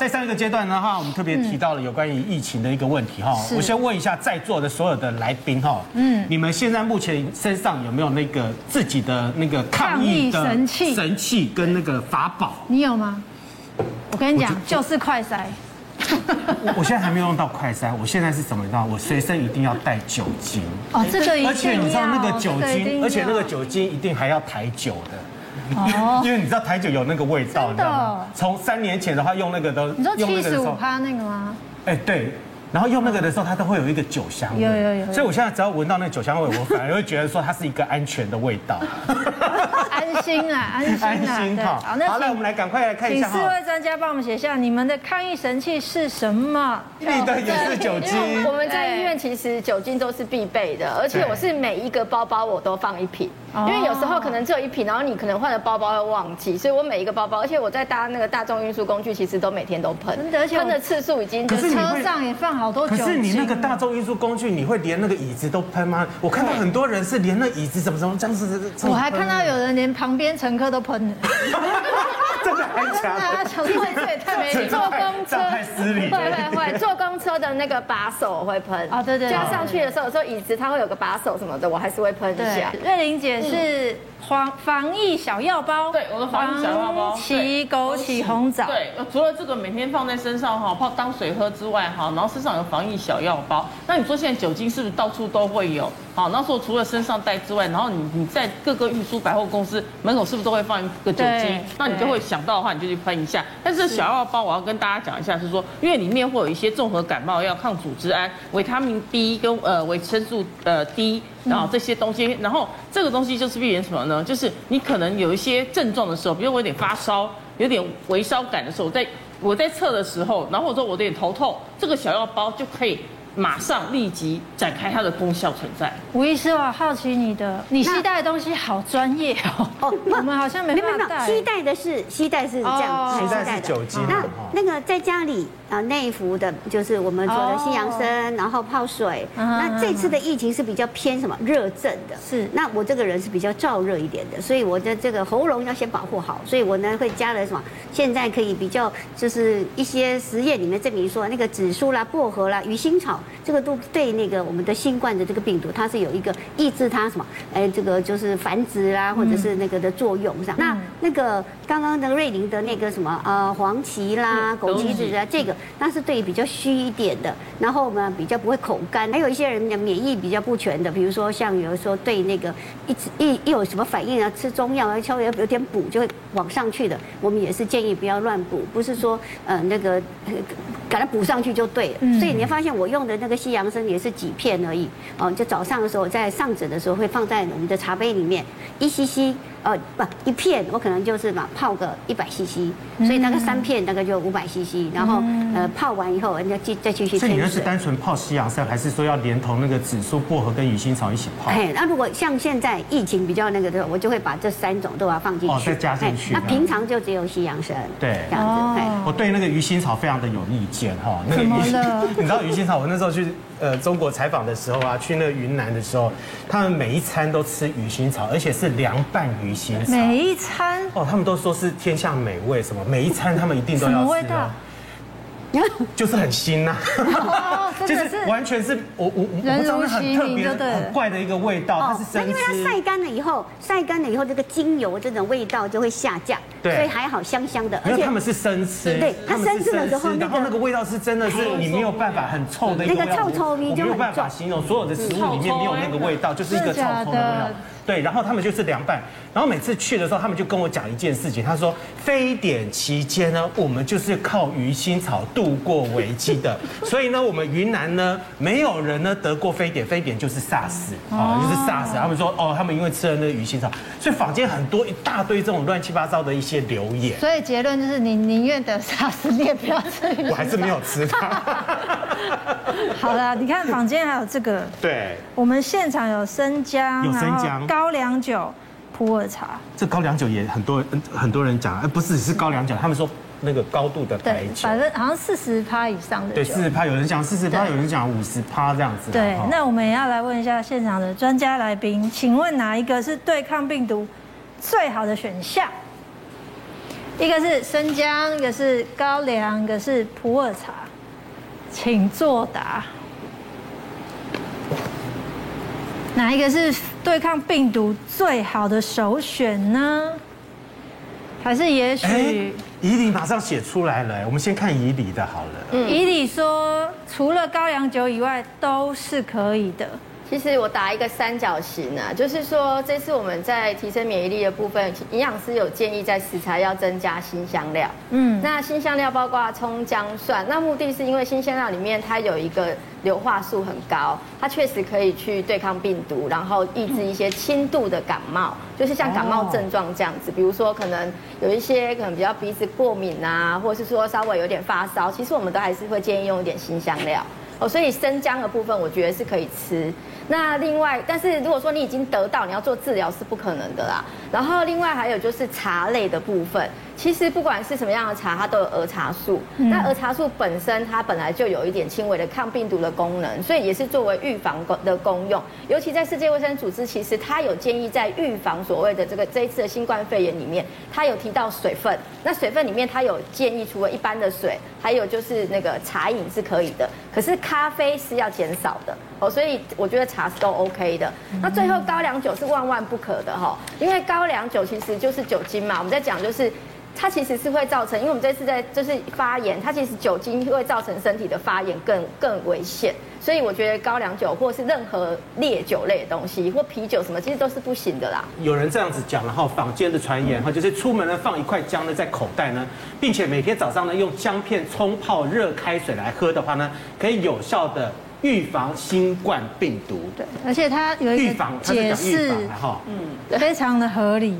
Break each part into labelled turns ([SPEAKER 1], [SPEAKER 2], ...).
[SPEAKER 1] 在上一个阶段呢，哈，我们特别提到了有关于疫情的一个问题哈。
[SPEAKER 2] 嗯是
[SPEAKER 1] 我先问一下在座的所有的来宾哈，嗯，你们现在目前身上有没有那个自己的那个抗疫的
[SPEAKER 2] 抗疫神器
[SPEAKER 1] 神器跟那个法 宝？
[SPEAKER 2] 你有吗？我跟你讲，就是快筛。
[SPEAKER 1] 我我现在还没有用到快筛，我现在是怎么道？我随身一定要带酒精，
[SPEAKER 2] 哦，这个一定要，
[SPEAKER 1] 而且你知道那个酒
[SPEAKER 2] 这一定
[SPEAKER 1] 精，
[SPEAKER 2] 要
[SPEAKER 1] 而且那个酒精一定还要台酒的。
[SPEAKER 2] 哦，
[SPEAKER 1] 因为你知道台酒有那个味道，你
[SPEAKER 2] 真的
[SPEAKER 1] 知道吗？从三年前的话用那个都，
[SPEAKER 2] 你说
[SPEAKER 1] 用
[SPEAKER 2] 七
[SPEAKER 1] 那个的
[SPEAKER 2] 十
[SPEAKER 1] 时
[SPEAKER 2] 五
[SPEAKER 1] 候，
[SPEAKER 2] 趴那个吗？
[SPEAKER 1] 哎，对。然后用那个的时候，它都会有一个酒香味。
[SPEAKER 2] 有有有有
[SPEAKER 1] 所以我现在只要闻到那个酒香味，我反而会觉得说它是一个安全的味 道。
[SPEAKER 2] 安 心啊，安心啊，
[SPEAKER 1] 安心
[SPEAKER 2] 对
[SPEAKER 1] 哈。
[SPEAKER 2] 好，
[SPEAKER 1] 好，来
[SPEAKER 2] 那
[SPEAKER 1] 我们
[SPEAKER 2] 请
[SPEAKER 1] 来赶快来看一
[SPEAKER 2] 请
[SPEAKER 1] 下
[SPEAKER 2] 四
[SPEAKER 1] 哈。
[SPEAKER 2] 位专家帮我们写下你们的抗疫神器是什么？
[SPEAKER 1] 你的也是酒精
[SPEAKER 3] 我，们在医院其实酒精都是必备的，而且我是每一个包包我都放一瓶，
[SPEAKER 2] 哦
[SPEAKER 3] 因为有时候可能只有一瓶，然后你可能换了包包会忘记，所以我每一个包包，而且我在搭那个大众运输工具，其实都每天都喷，
[SPEAKER 2] 真的而且我
[SPEAKER 3] 喷的次数已经就
[SPEAKER 1] 可是
[SPEAKER 3] 是
[SPEAKER 1] 你会
[SPEAKER 2] 车上也放好多
[SPEAKER 1] 可
[SPEAKER 2] 酒精。
[SPEAKER 1] 是你那个大众运输工具，你会连那个椅子都喷吗？我看到很多人是连那椅子怎么怎么这样子。这
[SPEAKER 2] 我
[SPEAKER 1] 样
[SPEAKER 2] 还看到有人连旁边乘客都喷了，
[SPEAKER 1] 真的还
[SPEAKER 2] 真的
[SPEAKER 1] 假
[SPEAKER 2] 啊，
[SPEAKER 1] 的？
[SPEAKER 2] 想说这也 太没礼
[SPEAKER 3] 坐
[SPEAKER 2] 貌。
[SPEAKER 3] 公
[SPEAKER 1] 这
[SPEAKER 3] 车
[SPEAKER 1] 样太失礼
[SPEAKER 3] 会
[SPEAKER 1] 了
[SPEAKER 3] 会会，坐公车的那个把手会喷
[SPEAKER 2] 啊对对对
[SPEAKER 3] 加上去的时候，有时候椅子它会有个把手什么的，我还是会喷一
[SPEAKER 2] 对
[SPEAKER 3] 下。，
[SPEAKER 2] 瑞玲姐是防防疫小药包，
[SPEAKER 4] 对，我的防疫小药包，
[SPEAKER 2] 黄芪、
[SPEAKER 4] 对
[SPEAKER 2] 枸杞、红枣，
[SPEAKER 4] 对，除了这个每天放在身上哈，泡当水喝之外哈，然后身上有防疫小药包。那你说现在酒精是不是到处都会有？好，那时候除了身上带之外，然后你你在各个运输百货公司门口是不是都会放一个酒
[SPEAKER 2] 对
[SPEAKER 4] 精？那你就会
[SPEAKER 2] 对
[SPEAKER 4] 想到的话，你就去喷一下。但是小药包我要跟大家讲一下，是说因为里面会有一些综合感冒药、抗组织胺、维他命 B 跟呃维生素呃 D，然后这些东西，然后这个东西就是避免什么呢？就是你可能有一些症状的时候，比如我有点发烧，有点微烧感的时候，我在我在测的时候，然后我说我有点头痛，这个小药包就可以马上立即展开它的功效存在。
[SPEAKER 2] 吴医师，我好奇你的，你携带的东西好专业哦。
[SPEAKER 5] 哦
[SPEAKER 2] 我们好像没办法带。
[SPEAKER 5] 携带的是携带是这样
[SPEAKER 2] 哦，
[SPEAKER 5] 还
[SPEAKER 1] 携带是
[SPEAKER 5] 的
[SPEAKER 1] 酒精
[SPEAKER 5] 那
[SPEAKER 1] 哦
[SPEAKER 5] 那个在家里啊内服的，就是我们做的西洋参，然后泡水。那这次的疫情是比较偏什么热症的，
[SPEAKER 2] 是
[SPEAKER 5] 那我这个人是比较燥热一点的，所以我的这个喉咙要先保护好，所以我呢会加了什么？现在可以比较就是一些实验里面证明说，那个紫苏啦、薄荷啦、鱼腥草，这个都对那个我们的新冠的这个病毒，它是有一个抑制它什么？哎，这个就是繁殖啦，或者是那个的作用这样。那那个刚刚的瑞林的那个什么呃黄芪啦、枸杞子啊，这个那是对于比较虚一点的，然后我们比较不会口干，还有一些人的免疫比较不全的，比如说像有时候对那个一直一一有什么反应啊，吃中药啊，稍微有点补就会往上去的，我们也是建议不要乱补，不是说呃那个呃给它补上去就对了。所以你会发现我用的那个西洋参也是几片而已，哦，就早上的时候在上诊的时候会放在我们的茶杯里面，一 cc。呃，不，一片我可能就是嘛泡个一百 CC，所以大概三片大概就五百 CC，然后呃泡完以后，人家继再继续
[SPEAKER 1] 所以你那
[SPEAKER 5] 添
[SPEAKER 1] 是
[SPEAKER 5] 水。
[SPEAKER 1] 单纯泡西洋参，还是说要连同那个紫苏、薄荷跟鱼腥草一起泡？
[SPEAKER 5] 嘿，那如果像现在疫情比较那个的时候，我就会把这三种都把它放进去，
[SPEAKER 1] 哦再加进去
[SPEAKER 5] 嘿
[SPEAKER 1] 这
[SPEAKER 5] 那
[SPEAKER 1] 样
[SPEAKER 5] 平常就只有西洋参，
[SPEAKER 1] 对
[SPEAKER 5] 这样子，嘿。
[SPEAKER 1] 我对那个鱼腥草非常的有意见哈，那个
[SPEAKER 2] 怎么
[SPEAKER 1] 鱼
[SPEAKER 2] 了，
[SPEAKER 1] 你知道鱼腥草，我那时候去呃中国采访的时候啊，去那个云南的时候，他们每一餐都吃鱼腥草，而且是凉拌鱼腥草。
[SPEAKER 2] 每一餐
[SPEAKER 1] 哦，他们都说是天下美味，什么每一餐他们一定都
[SPEAKER 2] 什
[SPEAKER 1] 要吃、
[SPEAKER 2] 么
[SPEAKER 1] 哦。
[SPEAKER 2] 味道？
[SPEAKER 1] 就是很腥呐、
[SPEAKER 2] 哦，真
[SPEAKER 1] 就
[SPEAKER 2] 的
[SPEAKER 1] 是
[SPEAKER 2] 是
[SPEAKER 1] 完全是我我我不
[SPEAKER 2] 人
[SPEAKER 1] 知道
[SPEAKER 2] 如
[SPEAKER 1] 那很
[SPEAKER 2] 其
[SPEAKER 1] 特
[SPEAKER 2] 名
[SPEAKER 1] 别
[SPEAKER 2] 就对了哦
[SPEAKER 1] 很怪的一个味道，它是
[SPEAKER 5] 哦那
[SPEAKER 1] 生
[SPEAKER 5] 因为它晒
[SPEAKER 1] 吃。
[SPEAKER 5] 干了以后，晒干了以后，这个精油这种味道就会下降，
[SPEAKER 1] 对
[SPEAKER 5] 所以还好香香的，
[SPEAKER 1] 没有，他们是生吃，
[SPEAKER 5] 对
[SPEAKER 1] 他们
[SPEAKER 5] 它生吃
[SPEAKER 1] 生
[SPEAKER 5] 了之后那个
[SPEAKER 1] 然后那个味道是真的是你没有办法很臭的一个味道，
[SPEAKER 5] 那个臭臭味
[SPEAKER 1] 我
[SPEAKER 5] 就
[SPEAKER 1] 没
[SPEAKER 5] 很
[SPEAKER 1] 有办法
[SPEAKER 5] 重
[SPEAKER 1] 形容所有的食物里面没有那个味道，就是一个
[SPEAKER 2] 真的
[SPEAKER 1] 臭
[SPEAKER 2] 假
[SPEAKER 1] 臭的味道
[SPEAKER 2] 的。
[SPEAKER 1] 对，然后他们就是凉拌，然后每次去的时候，他们就跟我讲一件事情，他说非典期间呢，我们就是靠鱼腥草度过危机 的，所以呢，我们云南呢，没有人呢得过非典，非典就是 SARS
[SPEAKER 5] 哦
[SPEAKER 1] 啊，就是 SARS。他们说哦，他们因为吃了那个鱼腥草，所以坊间很多一大堆这种乱七八糟的一些留言。
[SPEAKER 2] 所以结论就是，你宁愿得沙士，你也不要吃鱼。
[SPEAKER 1] 我还是没有吃它。
[SPEAKER 2] 好啦，你看房间还有这个，
[SPEAKER 1] 对，
[SPEAKER 2] 我们现场有生姜，
[SPEAKER 1] 有生姜
[SPEAKER 2] 然后高粱酒、普洱茶。
[SPEAKER 1] 这高粱酒也很多人很多人讲，哎，不是只是高粱酒，他们说那个高度的白
[SPEAKER 2] 对，
[SPEAKER 1] 酒
[SPEAKER 2] 百，分好像四十趴以上的
[SPEAKER 1] 对，
[SPEAKER 2] 酒
[SPEAKER 1] 四。十趴，有人讲四十趴，
[SPEAKER 2] 对
[SPEAKER 1] 有人讲五十趴这样子啊。
[SPEAKER 2] 对
[SPEAKER 1] 哈，
[SPEAKER 2] 那我们也要来问一下现场的专家来宾，请问哪一个是对抗病毒最好的选项一个是生姜，一个是高粱，一个是普洱茶，请作答。哪一个是对抗病毒最好的首选呢？还是也
[SPEAKER 1] 哎
[SPEAKER 2] 许，
[SPEAKER 1] 以礼马上写出来了，我们先看以礼的好了。
[SPEAKER 2] 以你说，除了高粱酒以外都是可以的。
[SPEAKER 3] 其实我打一个三角形啊，就是说这次我们在提升免疫力的部分，营养师有建议在食材要增加新香料。
[SPEAKER 2] 嗯
[SPEAKER 3] 嗯，那新香料包括葱、姜、蒜，那目的是因为新香料里面它有一个硫化素很高，它确实可以去对抗病毒，然后抑制一些轻度的感冒，就是像感冒症状这样子。比如说可能有一些可能比较鼻子过敏啊，或者是说稍微有点发烧，其实我们都还是会建议用一点新香料。哦，所以生姜的部分我觉得是可以吃。那另外，但是如果说你已经得到，你要做治疗是不可能的啦。然后另外还有就是茶类的部分，其实不管是什么样的茶，它都有儿茶素。那儿茶素本身它本来就有一点轻微的抗病毒的功能，所以也是作为预防的功用。尤其在世界卫生组织，其实它有建议在预防所谓的这个这一次的新冠肺炎里面，它有提到水分。那水分里面它有建议，除了一般的水，还有就是那个茶饮是可以的，可是咖啡是要减少的哦。所以我觉得茶是都 OK 的。那最后高粱酒是万万不可的哈，因为高粱酒其实就是酒精嘛，我们在讲就是。它其实是会造成，因为我们这次在就是发炎，它其实酒精会造成身体的发炎更更危险，所以我觉得高粱酒或是任何烈酒类的东西或啤酒什么，其实都是不行的啦。
[SPEAKER 1] 有人这样子讲，然后坊间的传言哈，就是出门呢放一块姜呢在口袋呢，并且每天早上呢用姜片冲泡热开水来喝的话呢，可以有效的预防新冠病毒。
[SPEAKER 2] 对，而且它有一
[SPEAKER 1] 预
[SPEAKER 2] 个
[SPEAKER 1] 防，他在
[SPEAKER 2] 解
[SPEAKER 1] 讲预
[SPEAKER 2] 释
[SPEAKER 1] 防啊哈。
[SPEAKER 2] 非常的合 理。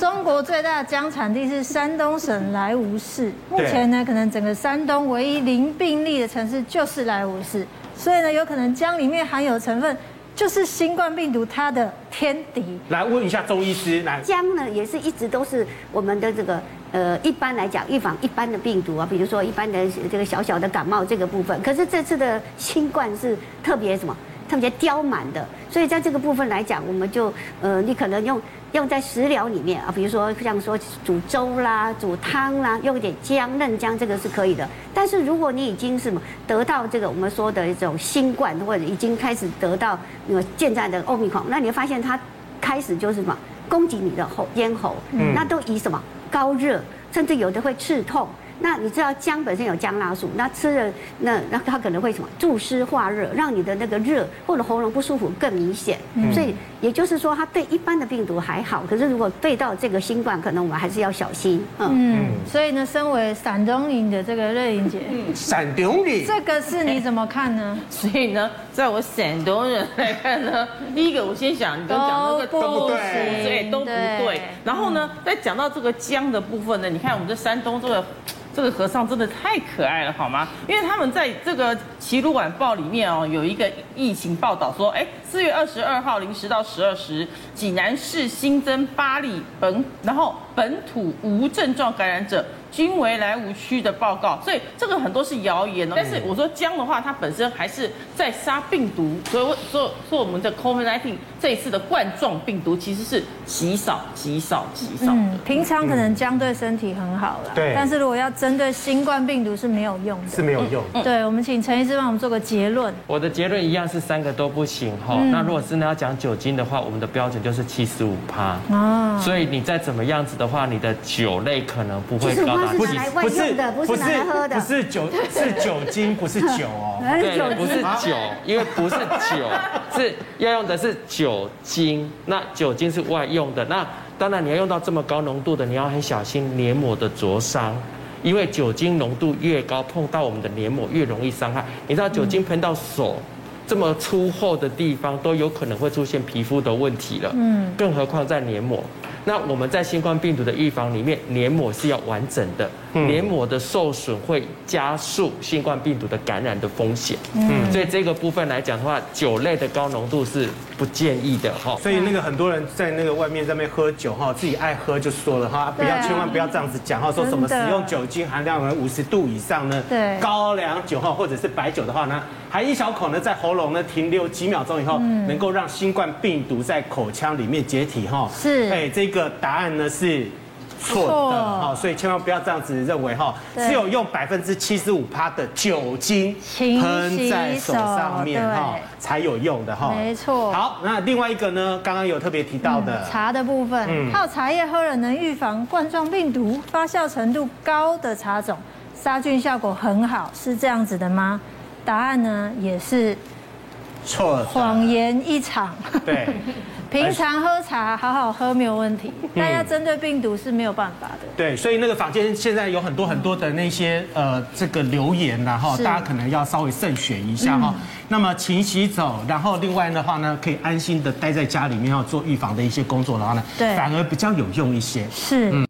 [SPEAKER 2] 中国最大的姜产地是山东省莱芜市，目前呢，可能整个山东唯一零病例的城市就是莱芜市，所以呢，有可能姜里面含有成分就是新冠病毒它的天敌。
[SPEAKER 1] 来问一下中医师，来
[SPEAKER 5] 姜呢也是一直都是我们的这个呃，一般来讲预防一般的病毒啊，比如说一般的这个小小的感冒这个部分。可是这次的新冠是特别什么？特别刁蛮的，所以在这个部分来讲，我们就呃，你可能用用在食疗里面啊，比如说像说煮粥啦、煮汤啦，用一点姜、嫩姜，这个是可以的。但是如果你已经是什么得到这个我们说的一种新冠，或者已经开始得到呃现在的奥密克戎，那你会发现它开始就是什么攻击你的喉咽喉，那都以什么高热，甚至有的会刺痛。那你知道姜本身有姜辣素，那吃了那那它可能会什么助湿化热，让你的那个热或者喉咙不舒服更明显。所以也就是说，它对一般的病毒还好，可是如果对到这个新冠，可能我们还是要小心。嗯，
[SPEAKER 2] 嗯，所以呢，身为散东营的这个乐莹姐，
[SPEAKER 1] 嗯
[SPEAKER 5] 嗯
[SPEAKER 1] 闪流里
[SPEAKER 2] 这个事你怎么看呢？
[SPEAKER 4] 所以呢，在我很多人来看呢，第一个我先想你刚讲那个
[SPEAKER 2] 都不
[SPEAKER 1] 行
[SPEAKER 4] 对，都不对
[SPEAKER 2] 对。嗯
[SPEAKER 4] 然后呢，再讲到这个姜的部分呢，你看我们这山东这个。这个和尚真的太可爱了，好吗？因为他们在这个《齐鲁晚报》里面哦，有一个疫情报道说，哎，四月二十二号零时到十二时，济南市新增八例本，然后本土无症状感染者，均为莱芜区的报告，所以这个很多是谣言哦。但是我说姜的话，它本身还是在杀病毒，所以我说说我们的 COVID-19 这一次的冠状病毒其实是极少、极少、极少的
[SPEAKER 2] 嗯，。平常可能姜对身体很好啦，
[SPEAKER 1] 对
[SPEAKER 2] 但是如果要针对新冠病毒是没有用的。
[SPEAKER 1] 是没有用。
[SPEAKER 2] 对，我们请陈医师帮我们做个结论。
[SPEAKER 6] 我的结论一样是三个都不行哈、那如果真的要讲酒精的话，我们的标准就是七十五趴。
[SPEAKER 2] 哦
[SPEAKER 6] 所以你再怎么样子的话，你的酒类可能不会
[SPEAKER 5] 75%
[SPEAKER 6] 高达
[SPEAKER 5] 是拿来外用的不是拿来喝的
[SPEAKER 1] 不是酒，是酒精，不是酒哦。
[SPEAKER 5] 而
[SPEAKER 6] 对，不是酒，因为不是酒，是要用的是酒精。那酒精是外用的，那当然你要用到这么高浓度的，你要很小心黏膜的灼伤。因为酒精浓度越高，碰到我们的黏膜越容易伤害。你知道酒精喷到手这么粗厚的地方，都有可能会出现皮肤的问题了。嗯，更何况在黏膜。那我们在新冠病毒的预防里面，黏膜是要完整的，黏膜的受损会加速新冠病毒的感染的风险。嗯，所以这个部分来讲的话，酒类的高浓度是不建议的哈。
[SPEAKER 1] 所以那个很多人在那个外面在那边喝酒哈，自己爱喝就说了哈，不
[SPEAKER 2] 对
[SPEAKER 1] 要
[SPEAKER 2] 啊
[SPEAKER 1] 千万不要这样子讲哈，说什么使
[SPEAKER 2] 真的
[SPEAKER 1] 用酒精含量为五十度以上呢，
[SPEAKER 2] 对
[SPEAKER 1] 高粱酒哈或者是白酒的话呢，含一小口呢在喉咙呢停留几秒钟以后，
[SPEAKER 2] 嗯
[SPEAKER 1] 能够让新冠病毒在口腔里面解体哈。
[SPEAKER 2] 是
[SPEAKER 1] 哎，这个答案呢是错
[SPEAKER 2] 错
[SPEAKER 1] 的哈，所以千万不要这样子认为哈。
[SPEAKER 2] 对
[SPEAKER 1] 只有用百分之七十五趴的酒精
[SPEAKER 2] 勤
[SPEAKER 1] 喷在
[SPEAKER 2] 洗
[SPEAKER 1] 手
[SPEAKER 2] 手
[SPEAKER 1] 上面哈
[SPEAKER 2] 对，
[SPEAKER 1] 才有用的哈。
[SPEAKER 2] 没错
[SPEAKER 1] 好，那另外一个呢，刚刚有特别提到的，
[SPEAKER 2] 茶的部分，
[SPEAKER 1] 嗯
[SPEAKER 2] 泡茶叶喝了能预防冠状病毒，发酵程度高的茶种，杀菌效果很好，是这样子的吗？答案呢也是
[SPEAKER 1] 错的
[SPEAKER 2] 谎。言一场。
[SPEAKER 1] 嗯对，
[SPEAKER 2] 平常喝茶好好喝没有问题，
[SPEAKER 1] 嗯
[SPEAKER 2] 但要针对病毒是没有办法的。
[SPEAKER 1] 对，所以那个坊间现在有很多很多的那些呃这个留言然后
[SPEAKER 2] 是嗯
[SPEAKER 1] 大家可能要稍微慎选一下哈。那么勤洗手，然后另外的话呢，可以安心的待在家里面要做预防的一些工作的话呢，
[SPEAKER 2] 对
[SPEAKER 1] 反而比较有用一些。
[SPEAKER 2] 是。